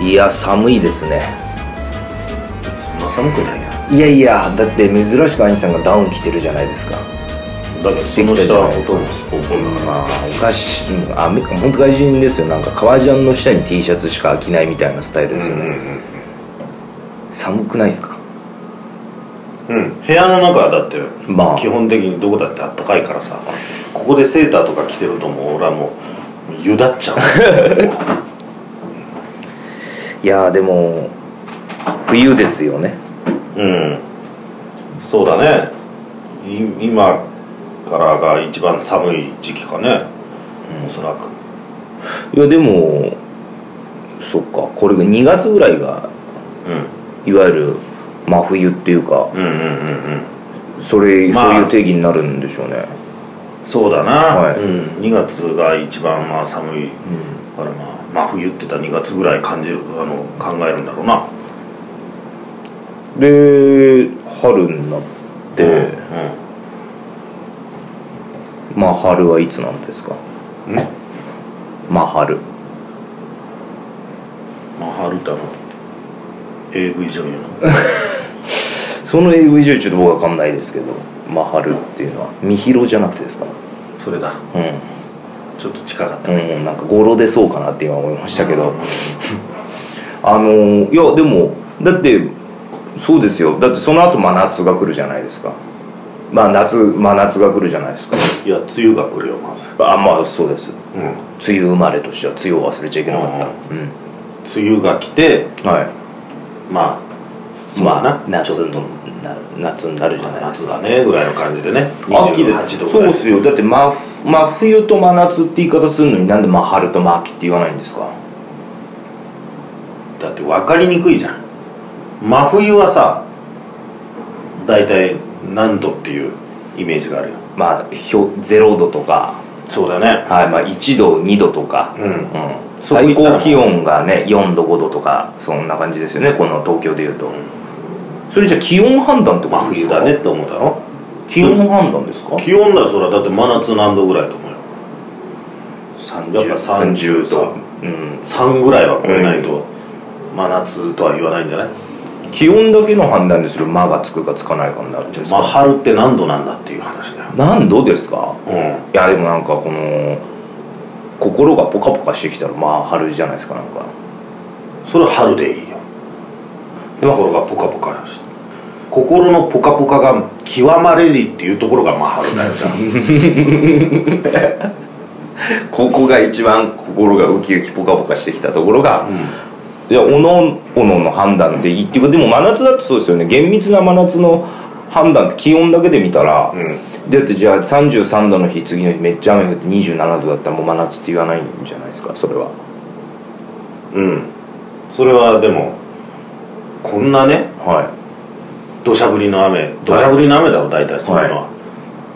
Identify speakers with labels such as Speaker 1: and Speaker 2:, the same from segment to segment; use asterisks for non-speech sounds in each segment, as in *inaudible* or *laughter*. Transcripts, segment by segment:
Speaker 1: いや寒いですね
Speaker 2: そんな寒くない
Speaker 1: い
Speaker 2: や
Speaker 1: やいやだって珍しくアインさんがダウン着てるじゃないですか
Speaker 2: だけどその
Speaker 1: 着てきたじゃ
Speaker 2: 下
Speaker 1: ない
Speaker 2: は
Speaker 1: ですか
Speaker 2: そうです高校だから
Speaker 1: おかしいあめ本当外人ですよなんか革ジャンの下に T シャツしか着ないみたいなスタイルですよね、寒くないですか
Speaker 2: うん、うん部屋の中はだって、
Speaker 1: まあ
Speaker 2: 基本的にどこだってあったかいからさここでセーターとか着てるともう俺はもうゆだっちゃう
Speaker 1: いやでも冬ですよね
Speaker 2: うんそうだねい今からが一番寒い時期かね、おそらく
Speaker 1: いやでもそっかこれが2月ぐらいが
Speaker 2: う
Speaker 1: いわゆる真冬っていうか
Speaker 2: ん、うんうんうんうん
Speaker 1: それ、
Speaker 2: まあ
Speaker 1: そういう定義になるんでしょうね
Speaker 2: そうだな、
Speaker 1: はい
Speaker 2: うん、2月が一番まあ寒いからな、まあ冬って言ったら2月ぐらい感じるあの考えるんだろうな
Speaker 1: で春になって、まあ春はいつなんですか
Speaker 2: うん、うん、
Speaker 1: まあ春
Speaker 2: まあ春太の AV 女優の
Speaker 1: その AV 女優ちょっと僕は分かんないですけどまあ春っていうのはみひろじゃなくてですか
Speaker 2: *laughs* それだ
Speaker 1: う
Speaker 2: ちょっと近かった
Speaker 1: ん、うん、なんか語呂出そうかなって今思いましたけど、
Speaker 2: うん
Speaker 1: あのーいやでもだってそうですよだってその後真夏が来るじゃないですかまあ夏真夏が来るじゃないですか
Speaker 2: いや梅雨が来るよまず、
Speaker 1: あまあそうです
Speaker 2: うん、
Speaker 1: 梅雨生まれとしては梅雨を忘れちゃいけなかったうん、
Speaker 2: 梅雨が来て
Speaker 1: はい
Speaker 2: まあ
Speaker 1: まあ
Speaker 2: ち
Speaker 1: 夏
Speaker 2: ょっ
Speaker 1: の
Speaker 2: と
Speaker 1: な夏になるじゃないです
Speaker 2: 夏
Speaker 1: か
Speaker 2: だねぐらいの感じでね
Speaker 1: 秋で
Speaker 2: 28度ぐ
Speaker 1: そう
Speaker 2: ら
Speaker 1: っ
Speaker 2: い
Speaker 1: すよだって真冬真冬と真夏って言い方するのになんで真春と真秋って言わないんですか
Speaker 2: だって分かりにくいじゃん真冬はさ大体何度っていうイメージがあるよ
Speaker 1: まあひょ0度とか、
Speaker 2: そうだね
Speaker 1: はいまあ、1度2度とか、
Speaker 2: うん
Speaker 1: うん
Speaker 2: そうい
Speaker 1: 最
Speaker 2: った
Speaker 1: 高気温がね4度5度とかそんな感じですよねこの東京でいうと、それじゃ気温判断ってこ
Speaker 2: 真
Speaker 1: とです
Speaker 2: 冬
Speaker 1: か
Speaker 2: だねって思うだろ
Speaker 1: 気温判断ですか、
Speaker 2: 気温だよそれはだって真夏何度ぐらいと思うよやっぱ
Speaker 1: 30
Speaker 2: 30
Speaker 1: 度
Speaker 2: 度、
Speaker 1: うん、
Speaker 2: 3ぐらいは超えないと真夏とは言わないんじゃない
Speaker 1: 気温だけの判断でする間がつくかつかないかになるんです
Speaker 2: 真
Speaker 1: か
Speaker 2: 春って何度なんだっていう話だよ
Speaker 1: 何度ですか
Speaker 2: う
Speaker 1: いやでもなんかこの心がポカポカしてきたらまあ春じゃないですかなんか
Speaker 2: んそれは春でいいよ心がポカポカして心のポカポカが極まれりっていうところが真春だよじゃあ *laughs*
Speaker 1: ここが一番心がウキウキポカポカしてきたところが、いやおのおのの判断でいいっていうかでも真夏だとそうですよね厳密な真夏の判断って気温だけで見たら、だってじゃあ33度の日次の日めっちゃ雨降って27度だったらもう真夏って言わないんじゃないですかそれは
Speaker 2: うんそれはでもこんなね
Speaker 1: はい
Speaker 2: 土砂降りの雨土砂降りの雨だろ大体そういうのは、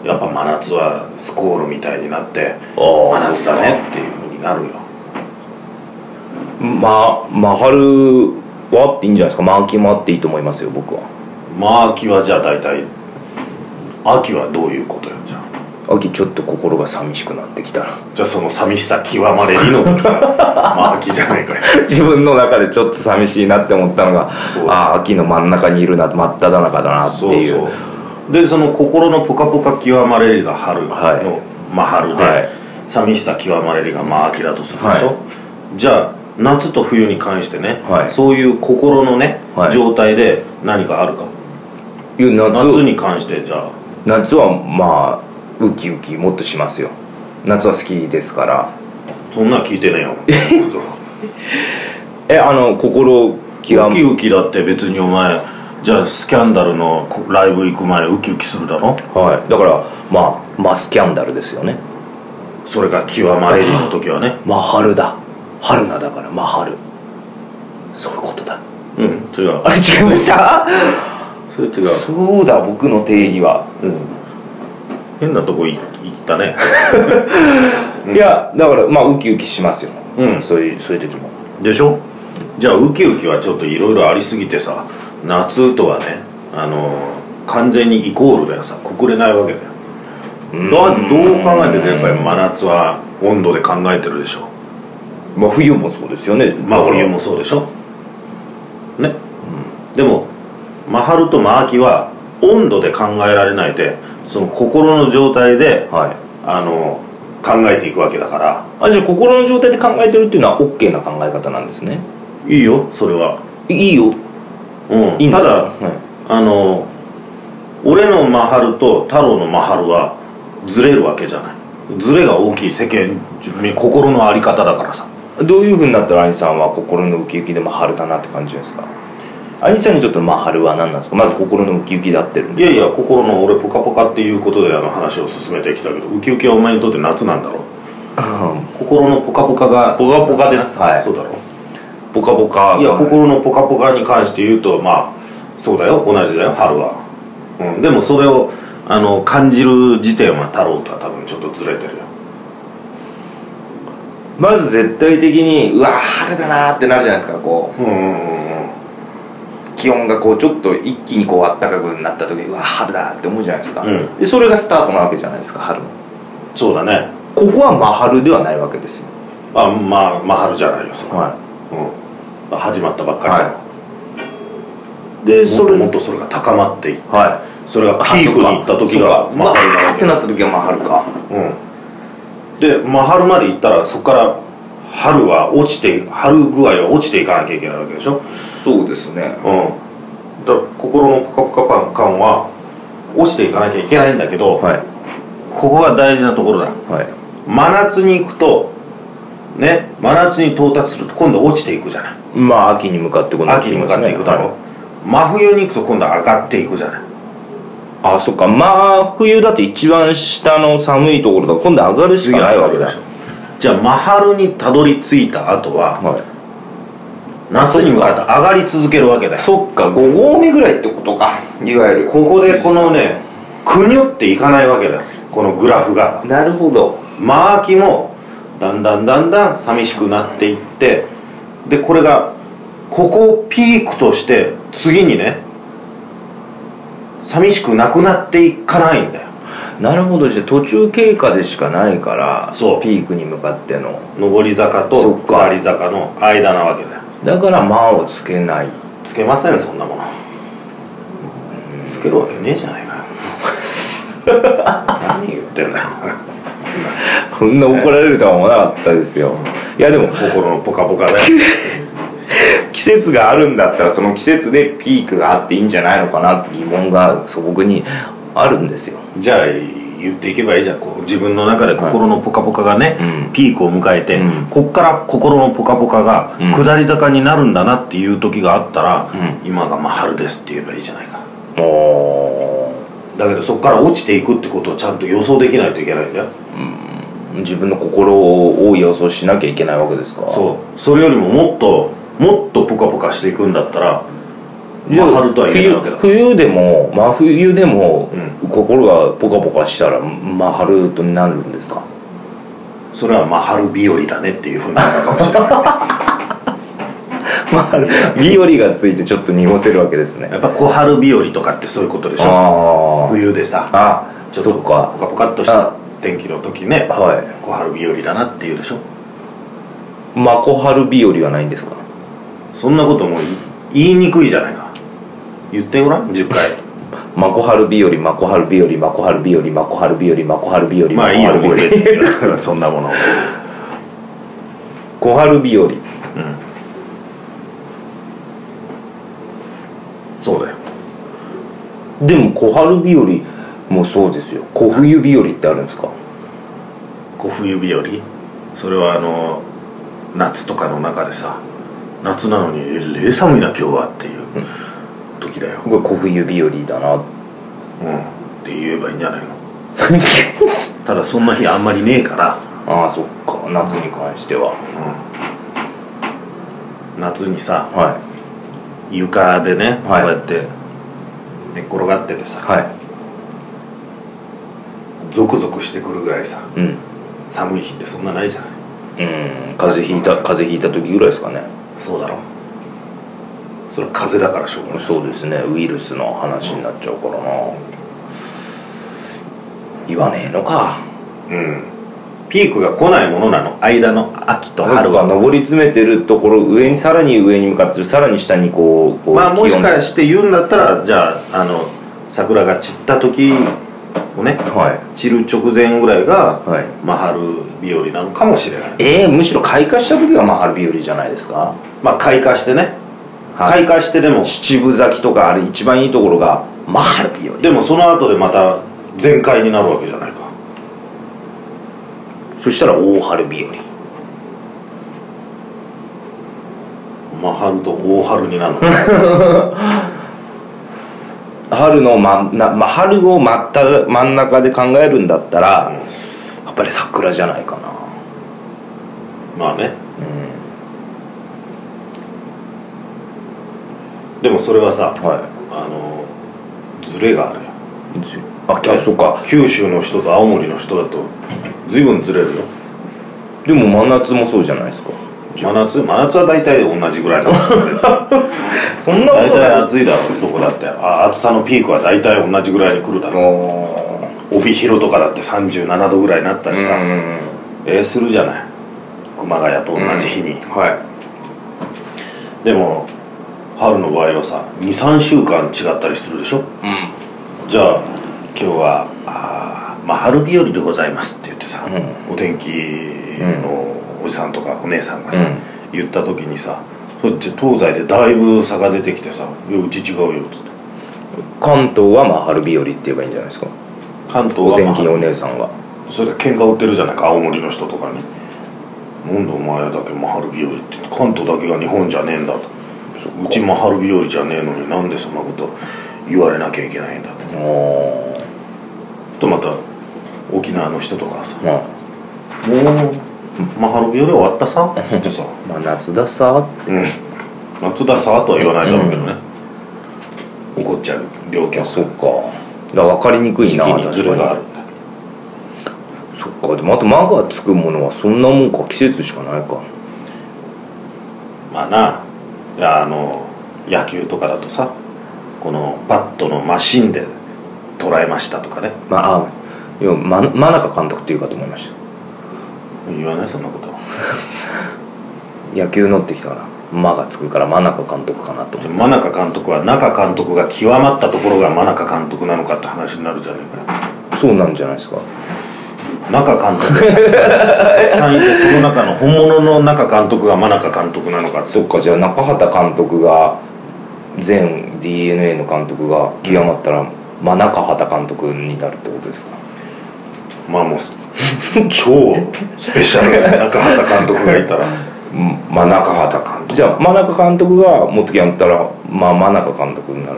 Speaker 2: やっぱ真夏はスコールみたいになって真夏だねっていうふうになるよ
Speaker 1: まあ真春はあっていいんじゃないですか真秋もあっていいと思いますよ僕は
Speaker 2: まあ秋はじゃあ大体秋はどういうことよじゃあ
Speaker 1: 秋ちょっと心が寂しくなってきたら
Speaker 2: じゃあその寂しさ極まれりの時がまあ秋じゃないかよ
Speaker 1: *laughs* 自分の中でちょっと寂しいなって思ったのが
Speaker 2: そう
Speaker 1: ああ秋の真ん中にいるな真っ只中だなっていう
Speaker 2: そうそうでその心のポカポカ極まれりが春の、
Speaker 1: はい
Speaker 2: まあ春で、
Speaker 1: はい
Speaker 2: 寂しさ極まれりがまあ秋だとするでしょ、
Speaker 1: はい
Speaker 2: じゃあ夏と冬に関してね、
Speaker 1: はい
Speaker 2: そういう心のね、
Speaker 1: はい
Speaker 2: 状態で何かあるか
Speaker 1: いや夏
Speaker 2: 夏に関してじゃあ
Speaker 1: 夏はまあウキウキもっとしますよ夏は好きですから
Speaker 2: そんなん聞いてねえ
Speaker 1: *laughs*
Speaker 2: よ *laughs*
Speaker 1: えあの心極
Speaker 2: ウキ
Speaker 1: め
Speaker 2: ウキだって別にお前じゃあスキャンダルのこライブ行く前ウキウキするだろ
Speaker 1: はいだからまあまあスキャンダルですよね
Speaker 2: それが極まれりの時はね
Speaker 1: まあ春だ春菜だからまあ春そういうことだ
Speaker 2: うん違う
Speaker 1: あれ違いました
Speaker 2: それ違う
Speaker 1: そうだ僕の定義は、
Speaker 2: 変なとこい行ったね
Speaker 1: いやだからまあウキウキしますよ、
Speaker 2: うん
Speaker 1: そういうそういう時も
Speaker 2: でしょじゃあウキウキはちょっといろいろありすぎてさ夏とはねあのー完全にイコールだよさくれないわけだよだってどう考えてもやっぱり真夏は温度で考えてるでしょ
Speaker 1: まあ冬もそうですよね
Speaker 2: まあ冬もそうでしょね、でも真春と真秋は温度で考えられないでその心の状態で
Speaker 1: はい
Speaker 2: あの考えていくわけだから
Speaker 1: あじゃあ心の状態で考えてるっていうのは OK な考え方なんですね
Speaker 2: いいよそれはい
Speaker 1: いいよ
Speaker 2: うん
Speaker 1: いいんで
Speaker 2: た
Speaker 1: すよ
Speaker 2: だ
Speaker 1: はい
Speaker 2: あの俺の真春と太郎の真春はずれるわけじゃないずれが大きい世間心の在り方だからさ
Speaker 1: どういうふうになったらアニさんは心のウキウキでも春だなって感じですかアニさんにとってのまあ春は何なんですかまず心のウキウキで合ってるん
Speaker 2: い
Speaker 1: ですか
Speaker 2: やいや心の俺ポカポカっていうことであの話を進めてきたけどウキウキはお前にとって夏なんだろ心のポカポカが
Speaker 1: ポカポカですはい
Speaker 2: そうだろ
Speaker 1: ポカポカ
Speaker 2: いや心のポカポカに関して言うとまあそうだよ同じだよ春は、うん、でもそれをあの感じる時点は太郎とは多分ちょっとずれてるよ
Speaker 1: まず絶対的にうわー春だなーってなるじゃないですかこ
Speaker 2: うんうんうんうん
Speaker 1: う気温がこうちょっと一気にこう暖かくなった時にうわー春だーって思うじゃないですか、
Speaker 2: うん
Speaker 1: でそれがスタートなわけじゃないですか春の
Speaker 2: そうだね
Speaker 1: ここは真春ではないわけですよ
Speaker 2: あまあまあ春じゃないよそれ、
Speaker 1: は
Speaker 2: うん、始まったばっかりだよ、
Speaker 1: いで
Speaker 2: も
Speaker 1: そ
Speaker 2: っ
Speaker 1: れ
Speaker 2: ともっとそれが高まっていって
Speaker 1: は
Speaker 2: それがピークに行った時が
Speaker 1: 真春
Speaker 2: 真春な
Speaker 1: だ
Speaker 2: わ
Speaker 1: ーっ
Speaker 2: け
Speaker 1: てなった時は真春か
Speaker 2: うん、で真春まで行ったらそこから春は落ちて春具合は落ちていかなきゃいけないわけでしょ、
Speaker 1: そうですね
Speaker 2: うん、だから心のポカポカ感は落ちていかなきゃいけないんだけど、
Speaker 1: はい
Speaker 2: ここが大事なところだ
Speaker 1: はい
Speaker 2: 真夏に行くとね真夏に到達すると今度落ちていくじゃない
Speaker 1: まあ秋に向かってこ
Speaker 2: 秋に向かっていくだろ、真冬に行くと今度上がっていくじゃない
Speaker 1: あそっかまあ冬だって一番下の寒いところだから今度上がるしかないわけだし
Speaker 2: じゃあ真春にたどり着いた後は
Speaker 1: はい
Speaker 2: 夏に向かって上がり続けるわけだよ
Speaker 1: そっか5合目ぐらいってことかいわゆる
Speaker 2: ここでこのねくにょっていかないわけだよこのグラフが
Speaker 1: なるほど
Speaker 2: マーキもだんだんだんだん寂しくなっていってでこれがここをピークとして次にね寂しくなくなっていかないんだよ
Speaker 1: なるほどじゃあ途中経過でしかないから
Speaker 2: そう
Speaker 1: ピークに向かっての
Speaker 2: 上り坂
Speaker 1: そ
Speaker 2: と
Speaker 1: っか
Speaker 2: 下り坂の間なわけだよ
Speaker 1: だから「ま」をつけない
Speaker 2: つけませんそんなものつけるわけねえじゃないかよ
Speaker 1: *laughs*
Speaker 2: 何言ってんだよ
Speaker 1: こんな怒られるとは思わなかったですよいやでも
Speaker 2: 心のポカポカで
Speaker 1: 季節があるんだったらその季節でピークがあっていいんじゃないのかなって疑問が素朴にあるんですよ
Speaker 2: じゃあ言っていけばいいじゃんこう自分の中で心のポカポカがね、
Speaker 1: うん
Speaker 2: ピークを迎えて、
Speaker 1: うん
Speaker 2: こっから心のポカポカが
Speaker 1: うん
Speaker 2: 下り坂になるんだなっていう時があったら、
Speaker 1: う
Speaker 2: 今がまあ春ですって言えばいいじゃないか
Speaker 1: おお
Speaker 2: だけどそこから落ちていくってことをちゃんと予想できないといけないんだよ
Speaker 1: 自分の心を予想しなきゃいけないわけですか
Speaker 2: そうそれよりももっともっとポカポカしていくんだったら、
Speaker 1: じ
Speaker 2: ま
Speaker 1: ゃあ
Speaker 2: あ、春とは言えないわけだ
Speaker 1: 冬冬でも真冬でも、心がポカポカしたら真春となるんですか
Speaker 2: それはまあ春日和だねっていうふうになるかもしれない
Speaker 1: *laughs* まあ日和がついてちょっと濁せるわけですね
Speaker 2: やっぱ小春日和とかってそういうことでしょ
Speaker 1: あー
Speaker 2: 冬でさ
Speaker 1: あ
Speaker 2: ちょっと
Speaker 1: そっか
Speaker 2: ポカポカっとした天気の時ね
Speaker 1: は
Speaker 2: 小春日和だなっていうでしょ
Speaker 1: い真小春日和はないんですか
Speaker 2: そんなこともう言い言いにくいじゃないか言ってごらん10回
Speaker 1: *laughs* 真小春日和真小春日和真小春日和真小春日和真小春日和
Speaker 2: まあいいよ
Speaker 1: 真
Speaker 2: も
Speaker 1: 小
Speaker 2: う
Speaker 1: 春
Speaker 2: 出
Speaker 1: 日
Speaker 2: て
Speaker 1: 和
Speaker 2: るよそんなもの
Speaker 1: 小春日和
Speaker 2: そうだよ
Speaker 1: でも小春日和もそうですよ小冬日和ってあるんですか
Speaker 2: 小冬日和それはあの夏とかの中でさ夏なのにえ「え寒いな今日は」っていう時だよ、
Speaker 1: 僕は小冬日和だ *laughs* な
Speaker 2: うん、って言えばいいんじゃないのただそんな日あんまりねえから、
Speaker 1: ああそっか夏に関しては
Speaker 2: うん、夏にさ
Speaker 1: は
Speaker 2: 床でね、
Speaker 1: はい
Speaker 2: こうやって寝っ転がっててさ、
Speaker 1: いは
Speaker 2: ゾクゾクしてくるぐらいさ
Speaker 1: いうん
Speaker 2: 寒い日ってそんなないじゃない
Speaker 1: うん風邪ひいた風邪ひいた時ぐらいですかね
Speaker 2: そうだろそれは風邪だからしょうがない
Speaker 1: そうですねウイルスの話になっちゃうからな言わねえのか
Speaker 2: うんピピークが来ないものなの間の秋と
Speaker 1: な
Speaker 2: 春
Speaker 1: んか
Speaker 2: は
Speaker 1: 上り詰めてるところ上にさらに上に向かってさらに下にこうこう
Speaker 2: まあもし
Speaker 1: 気温
Speaker 2: かして言うんだったらじゃああの桜が散った時をね
Speaker 1: は
Speaker 2: 散る直前ぐらいが、
Speaker 1: いはい
Speaker 2: まあ、春日和なのかもしれない
Speaker 1: ええむしろ開花した時がまあ春日和じゃないですか
Speaker 2: まあ開花してね、
Speaker 1: はい
Speaker 2: 開花してでも
Speaker 1: 七分咲きとかあれ一番いいところがまあ春日和
Speaker 2: でもその後でまた全開になるわけじゃないか
Speaker 1: そしたら大春日和
Speaker 2: 真春と大春になるの
Speaker 1: *laughs* 春の真んな、まあ、春を真った真ん中で考えるんだったら、やっぱり桜じゃないかな
Speaker 2: まあね、でもそれはさ
Speaker 1: は
Speaker 2: あのズレがあるよ
Speaker 1: いあきゃそっか
Speaker 2: 九州の人と青森の人だと随分ずれるよ
Speaker 1: でも真夏もそうじゃないですか
Speaker 2: 真夏真夏は大体同じぐらい
Speaker 1: *laughs*
Speaker 2: だと思うんですよ
Speaker 1: そんな
Speaker 2: 大
Speaker 1: こと
Speaker 2: 体
Speaker 1: ない
Speaker 2: 暑いだろうどこだってあ暑さのピークは大体同じぐらいに来るだろう
Speaker 1: も
Speaker 2: 帯広とかだって37度ぐらいになった
Speaker 1: う
Speaker 2: りさ、
Speaker 1: ん
Speaker 2: えーするじゃない熊谷と同じ日に、
Speaker 1: はい
Speaker 2: でも春の場合はさ23週間違ったりするでしょ
Speaker 1: う
Speaker 2: じゃあ今日はあー、まあ、春日和でございますって言ってさ、
Speaker 1: う
Speaker 2: お天気のおじさんとかお姉さんがさ、
Speaker 1: うん
Speaker 2: 言った時にさそうやって東西でだいぶ差が出てきてさ「いやうち違うよ」っつって
Speaker 1: ん関東はまあ春日和って言えばいいんじゃないですか
Speaker 2: 関東は、
Speaker 1: お天気
Speaker 2: ま
Speaker 1: のお姉さんが
Speaker 2: あそれで喧嘩売ってるじゃないか青森の人とかに「なんでお前だけ真春日和って関東だけが日本じゃねえんだ」と「うち真春日和じゃねえのになんでそんなこと言われなきゃいけないんだ」
Speaker 1: あ
Speaker 2: と
Speaker 1: ー
Speaker 2: とまた沖縄の人とかさ
Speaker 1: まあ
Speaker 2: もうマハロビオで終わったさっ
Speaker 1: *laughs*
Speaker 2: てさ、
Speaker 1: まあ夏ださ
Speaker 2: うん、夏ださとは言わないだろうけどね、怒っちゃう両
Speaker 1: いや
Speaker 2: 極
Speaker 1: そっかだから分かりにくいな
Speaker 2: 時期にズ
Speaker 1: 確
Speaker 2: レが
Speaker 1: かに
Speaker 2: あるんだよ
Speaker 1: そっかでもあと「間」がつくものはそんなもんか季節しかないか
Speaker 2: まあないやあの野球とかだとさこのバットのマシンで捉えましたとかね
Speaker 1: まああ要はま真中監督っていうかと思いまし
Speaker 2: 言わないそんなこと
Speaker 1: た野球乗ってきたから「間」がつくから真中監督かなと思
Speaker 2: で
Speaker 1: う
Speaker 2: 真中監督は中監督が極まったところが真中監督なのかって話になるじゃないかよ
Speaker 1: そうなんじゃないですか
Speaker 2: 中監督がたくさんいてその中の本物の中監督が真中監督なのかって
Speaker 1: そっかじゃあ中畑監督が前 d n a の監督が極まったら、真中畑監督になるってことですか
Speaker 2: まあもう超スペシャルな中畑監督がいたら
Speaker 1: うん真中畑
Speaker 2: 中畑監
Speaker 1: じゃあ真中監督が元木やったら、まあ、真中監督になる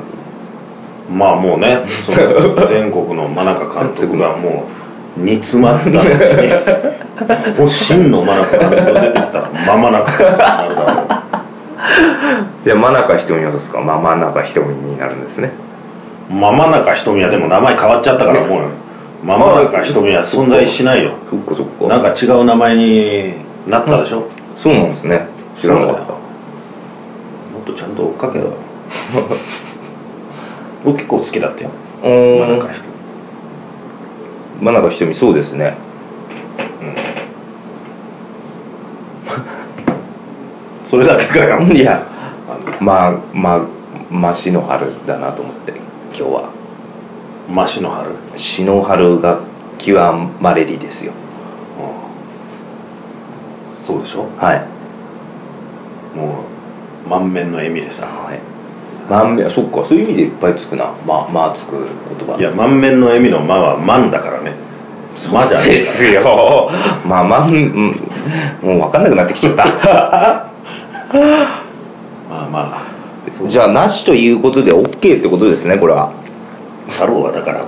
Speaker 2: まあもうねそ *laughs* の全国の真中監督がもう煮詰まった時にもう真の真中監督が出てきたらまま中監督になるだろう
Speaker 1: じゃあ真中瞳をどうですか、まあ、真中瞳になるんですね
Speaker 2: まま中瞳はでも名前変わっちゃったからもうまま中瞳は存在しないよ
Speaker 1: そっかそっか
Speaker 2: なんか違う名前になったでしょ
Speaker 1: そうなんですね知らなかっ
Speaker 2: そ
Speaker 1: た
Speaker 2: うだよもっとちゃんと追っかけろよ僕結構好きだったよ
Speaker 1: う
Speaker 2: 真
Speaker 1: ーん
Speaker 2: 中瞳
Speaker 1: 真中瞳そうですね
Speaker 2: それだけかよ
Speaker 1: いやまあまあまあ篠春だなと思って今日は
Speaker 2: マシの春
Speaker 1: 篠春が極まれりですよ
Speaker 2: そうでしょ
Speaker 1: はい
Speaker 2: もう満面の笑みでさ
Speaker 1: はい満面そっかそういう意味でいっぱいつくなまあまあつく言葉
Speaker 2: いや満面の笑みの「間は「満」だからね「間」じゃねえ
Speaker 1: で
Speaker 2: か
Speaker 1: すよまあまあ、うん、もう分かんなくなってきちゃった
Speaker 2: *laughs* らまあま
Speaker 1: じゃあなしということで OK ってことですねこれは
Speaker 2: あ太郎はだから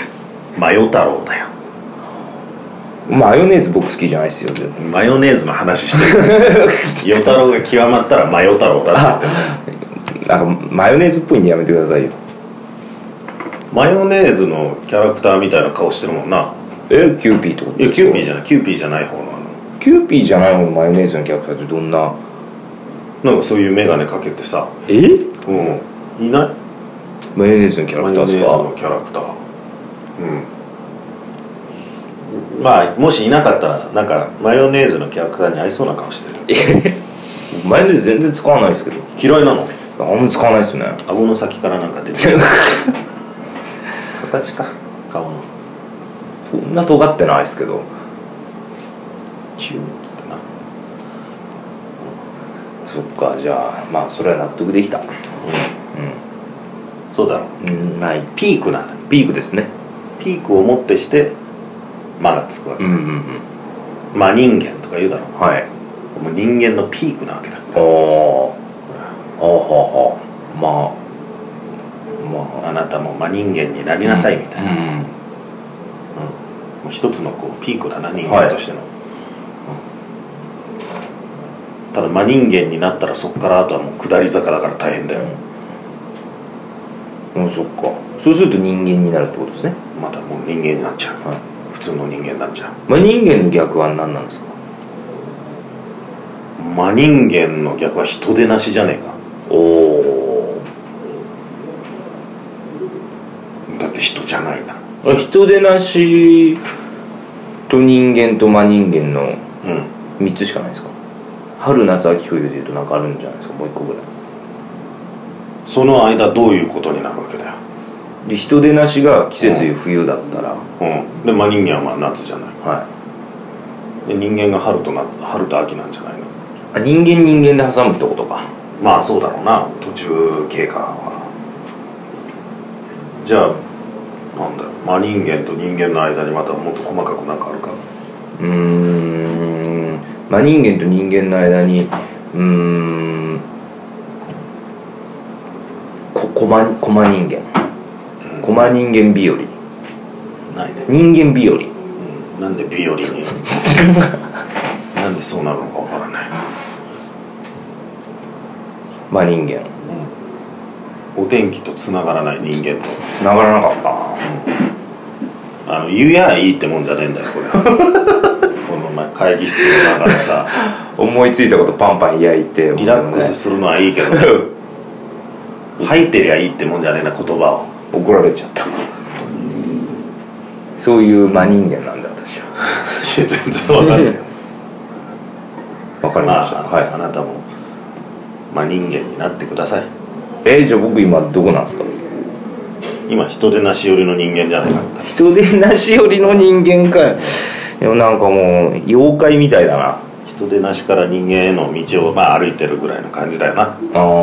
Speaker 2: 「マヨ太郎」だよ
Speaker 1: マヨネーズ僕好きじゃないですよでも
Speaker 2: マヨネーズの話してる与太郎が極まったら「マヨ太郎」だって言ってる
Speaker 1: なんかマヨネーズっぽいんでやめてくださいよ
Speaker 2: マヨネーズのキャラクターみたいな顔してるもんな
Speaker 1: えキューピーってこと
Speaker 2: いや
Speaker 1: で
Speaker 2: キ
Speaker 1: す
Speaker 2: ュ
Speaker 1: か
Speaker 2: ーピーじゃないキューピーじゃない方のあ
Speaker 1: キューピーじゃない方のマヨネーズのキャラクターってどんな
Speaker 2: のなんかそういう眼鏡かけてさ
Speaker 1: え
Speaker 2: うんいない
Speaker 1: マヨネーズのキャラクターです
Speaker 2: マヨネーズ
Speaker 1: か
Speaker 2: のキャラクターまあもしいなかったらなんかマヨネーズのキャラクターに合いそうな顔してる
Speaker 1: *laughs* マヨネーズ全然使わないですけど
Speaker 2: 嫌いなの
Speaker 1: あんま使わないですね
Speaker 2: 顎の先からなんか出てる形か顔の
Speaker 1: そんな尖ってないですけど
Speaker 2: チューっつってな
Speaker 1: そっかじゃあまあそれは納得できた
Speaker 2: そうだろう
Speaker 1: うんない
Speaker 2: ピークなんだ
Speaker 1: ピークですね
Speaker 2: ピークをもってして「間」がつくわけ
Speaker 1: うんうんうん
Speaker 2: 「間人間」とか言うだろ
Speaker 1: はい
Speaker 2: もう人間のピークなわけだか
Speaker 1: おおあ
Speaker 2: ら
Speaker 1: ははまあまあ
Speaker 2: あなたも真人間になりなさいみたいな、
Speaker 1: うん
Speaker 2: もう一つのこうピークだな人間としての、うんただ真人間になったらそこからあとはもう下り坂だから大変だよ、
Speaker 1: うん、うん、そっかそうすると人間になるってことですね
Speaker 2: またもう人間になっちゃう、
Speaker 1: はい
Speaker 2: 普通の人間になっちゃう
Speaker 1: まあ人間の逆は何なんですか
Speaker 2: 真人間の逆は人でなしじゃねえか
Speaker 1: おお
Speaker 2: だって人じゃないな
Speaker 1: 人でなしと人間と真人間の
Speaker 2: うん
Speaker 1: 3つしかないですか春夏秋冬でいうとなんかあるんじゃないですかもう1個ぐらい
Speaker 2: その間どういうことになるわけだよ、
Speaker 1: で人でなしが季節でいう冬だったら、
Speaker 2: うん、で真人間はまあ夏じゃない
Speaker 1: はい
Speaker 2: で人間が春とな春と秋なんじゃないの
Speaker 1: あ人間人間で挟むってことか
Speaker 2: まあそうだろうな途中経過はじゃあなんだよ真人間と人間の間にまたもっと細かくなんかあるか
Speaker 1: うーん真人間と人間の間にうーんこ駒駒人間駒人間日和
Speaker 2: ないね、
Speaker 1: 人間日和
Speaker 2: うん、なんでビオリ *laughs* になんでそうなるのかわからない、
Speaker 1: 真人間
Speaker 2: お天気とつながらない人間と
Speaker 1: 繋がらなかった
Speaker 2: あの言えやいいってもんじゃねえんだよこ *laughs* れこのまあ会議室の中でさ
Speaker 1: 思いついたことパンパン焼いて
Speaker 2: リラックスするのはいいけど、ね、吐いてりゃいいってもんじゃねえな言葉 *laughs* を
Speaker 1: 怒られちゃったそういう真人間なんだ私は *laughs*
Speaker 2: 全然わかんない
Speaker 1: わかり
Speaker 2: ま
Speaker 1: まし
Speaker 2: あ
Speaker 1: た、
Speaker 2: あの
Speaker 1: はい
Speaker 2: あなたも、まあ、人間になってください
Speaker 1: えーじゃあ僕今どこなんですか
Speaker 2: 今人でなし寄りの人間じゃないかった
Speaker 1: 人でなし寄りの人間かでもなんかもう妖怪みたいだなあ
Speaker 2: 人でなしから人間への道を、まあ、歩いてるぐらいの感じだよな
Speaker 1: あ、う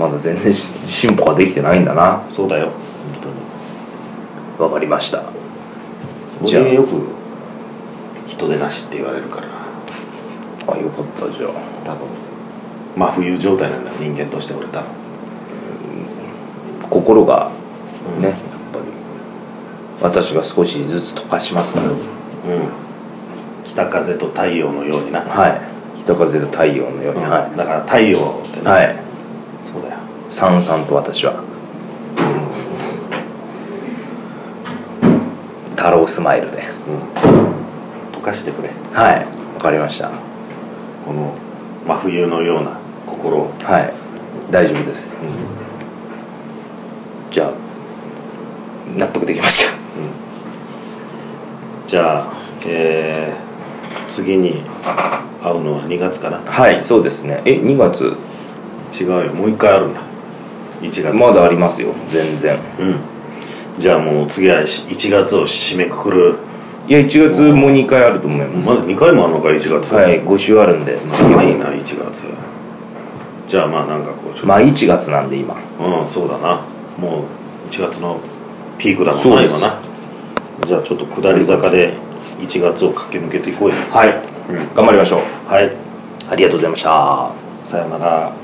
Speaker 1: ん、まだ全然し進歩ができてないんだな
Speaker 2: そうだよ
Speaker 1: わかりました
Speaker 2: 本
Speaker 1: じゃ
Speaker 2: 当
Speaker 1: あ
Speaker 2: に俺よく人でなしって言われるから
Speaker 1: あよかったじゃあ
Speaker 2: 多分まあ冬状態なんだよ人間として俺多分
Speaker 1: 心が
Speaker 2: うん
Speaker 1: ね、やっぱり私が少しずつ溶かしますから、
Speaker 2: うん北風と太陽のようにな、
Speaker 1: はい北風と太陽のように、は
Speaker 2: だから太陽って
Speaker 1: い、
Speaker 2: な、
Speaker 1: はい、
Speaker 2: そうだよ
Speaker 1: さんさんと私は太郎スマイルで
Speaker 2: 溶かしてくれ
Speaker 1: はいわかりました
Speaker 2: この真冬のような心を
Speaker 1: はい大丈夫です、じゃあ納得できました
Speaker 2: じゃあ、えー次に会うのは2月かな
Speaker 1: はいそうですねえ2月
Speaker 2: 違うよもう1回あるんだ1月
Speaker 1: まだありますよ全然
Speaker 2: うんじゃあもう次はし1月を締めくくる
Speaker 1: いや1月もう2回あると思います、
Speaker 2: まだ2回もあるのか1月
Speaker 1: はい5週あるんで
Speaker 2: 長いな1月じゃあまあなんかこうちょっ
Speaker 1: まあ1月なんで今
Speaker 2: と、うんそうだなもう1月のピークだもん
Speaker 1: そう
Speaker 2: な
Speaker 1: で
Speaker 2: 今
Speaker 1: す
Speaker 2: なじゃあちょっと下り坂で1月を駆け抜けていこうよ
Speaker 1: はい、頑張りましょう
Speaker 2: はい
Speaker 1: ありがとうございました
Speaker 2: さよなら